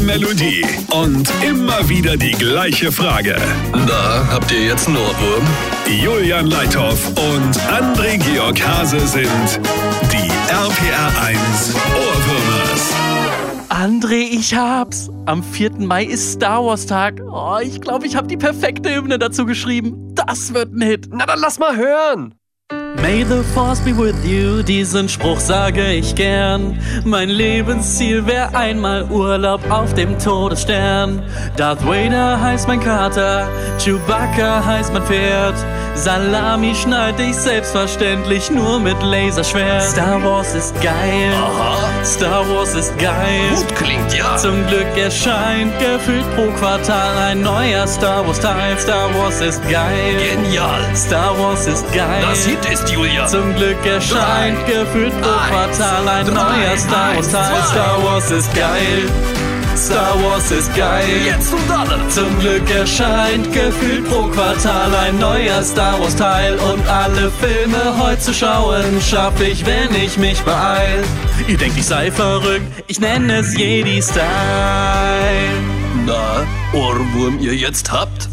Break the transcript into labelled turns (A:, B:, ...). A: Melodie und immer wieder die gleiche Frage.
B: Na, habt ihr jetzt einen Ohrwurm?
A: Julian Leithoff und André Georg Hase sind die RPR 1 Ohrwürmers.
C: André, ich hab's. Am 4. Mai ist Star Wars Tag. Oh, ich glaube, ich habe die perfekte Hymne dazu geschrieben. Das wird ein Hit.
D: Na dann lass mal hören.
C: May the force be with you, diesen Spruch sage ich gern. Mein Lebensziel wär einmal Urlaub auf dem Todesstern. Darth Vader heißt mein Kater, Chewbacca heißt mein Pferd. Salami schneide ich selbstverständlich nur mit Laserschwert. Star Wars ist geil,
B: Aha.
C: Star Wars ist geil.
B: Ah, Gut klingt ja.
C: Zum Glück erscheint gefühlt pro Quartal ein neuer Star Wars Teil. Star Wars ist geil,
B: Genial.
C: Star Wars ist geil.
B: Genau. Das Hit ist Julia.
C: Zum Glück erscheint
B: Drei,
C: gefühlt pro
B: eins,
C: Quartal ein
B: drei,
C: neuer Star Wars
B: eins,
C: Teil.
B: zwei.
C: Star Wars ist geil. Star Wars ist geil.
B: Jetzt und alle.
C: Zum Glück erscheint gefühlt pro Quartal ein neuer Star Wars Teil und alle Filme heute zu schauen schaff ich, wenn ich mich beeil. Ihr denkt, ich sei verrückt, ich nenne es Jedi Style.
B: Na, Ohrwurm ihr jetzt habt?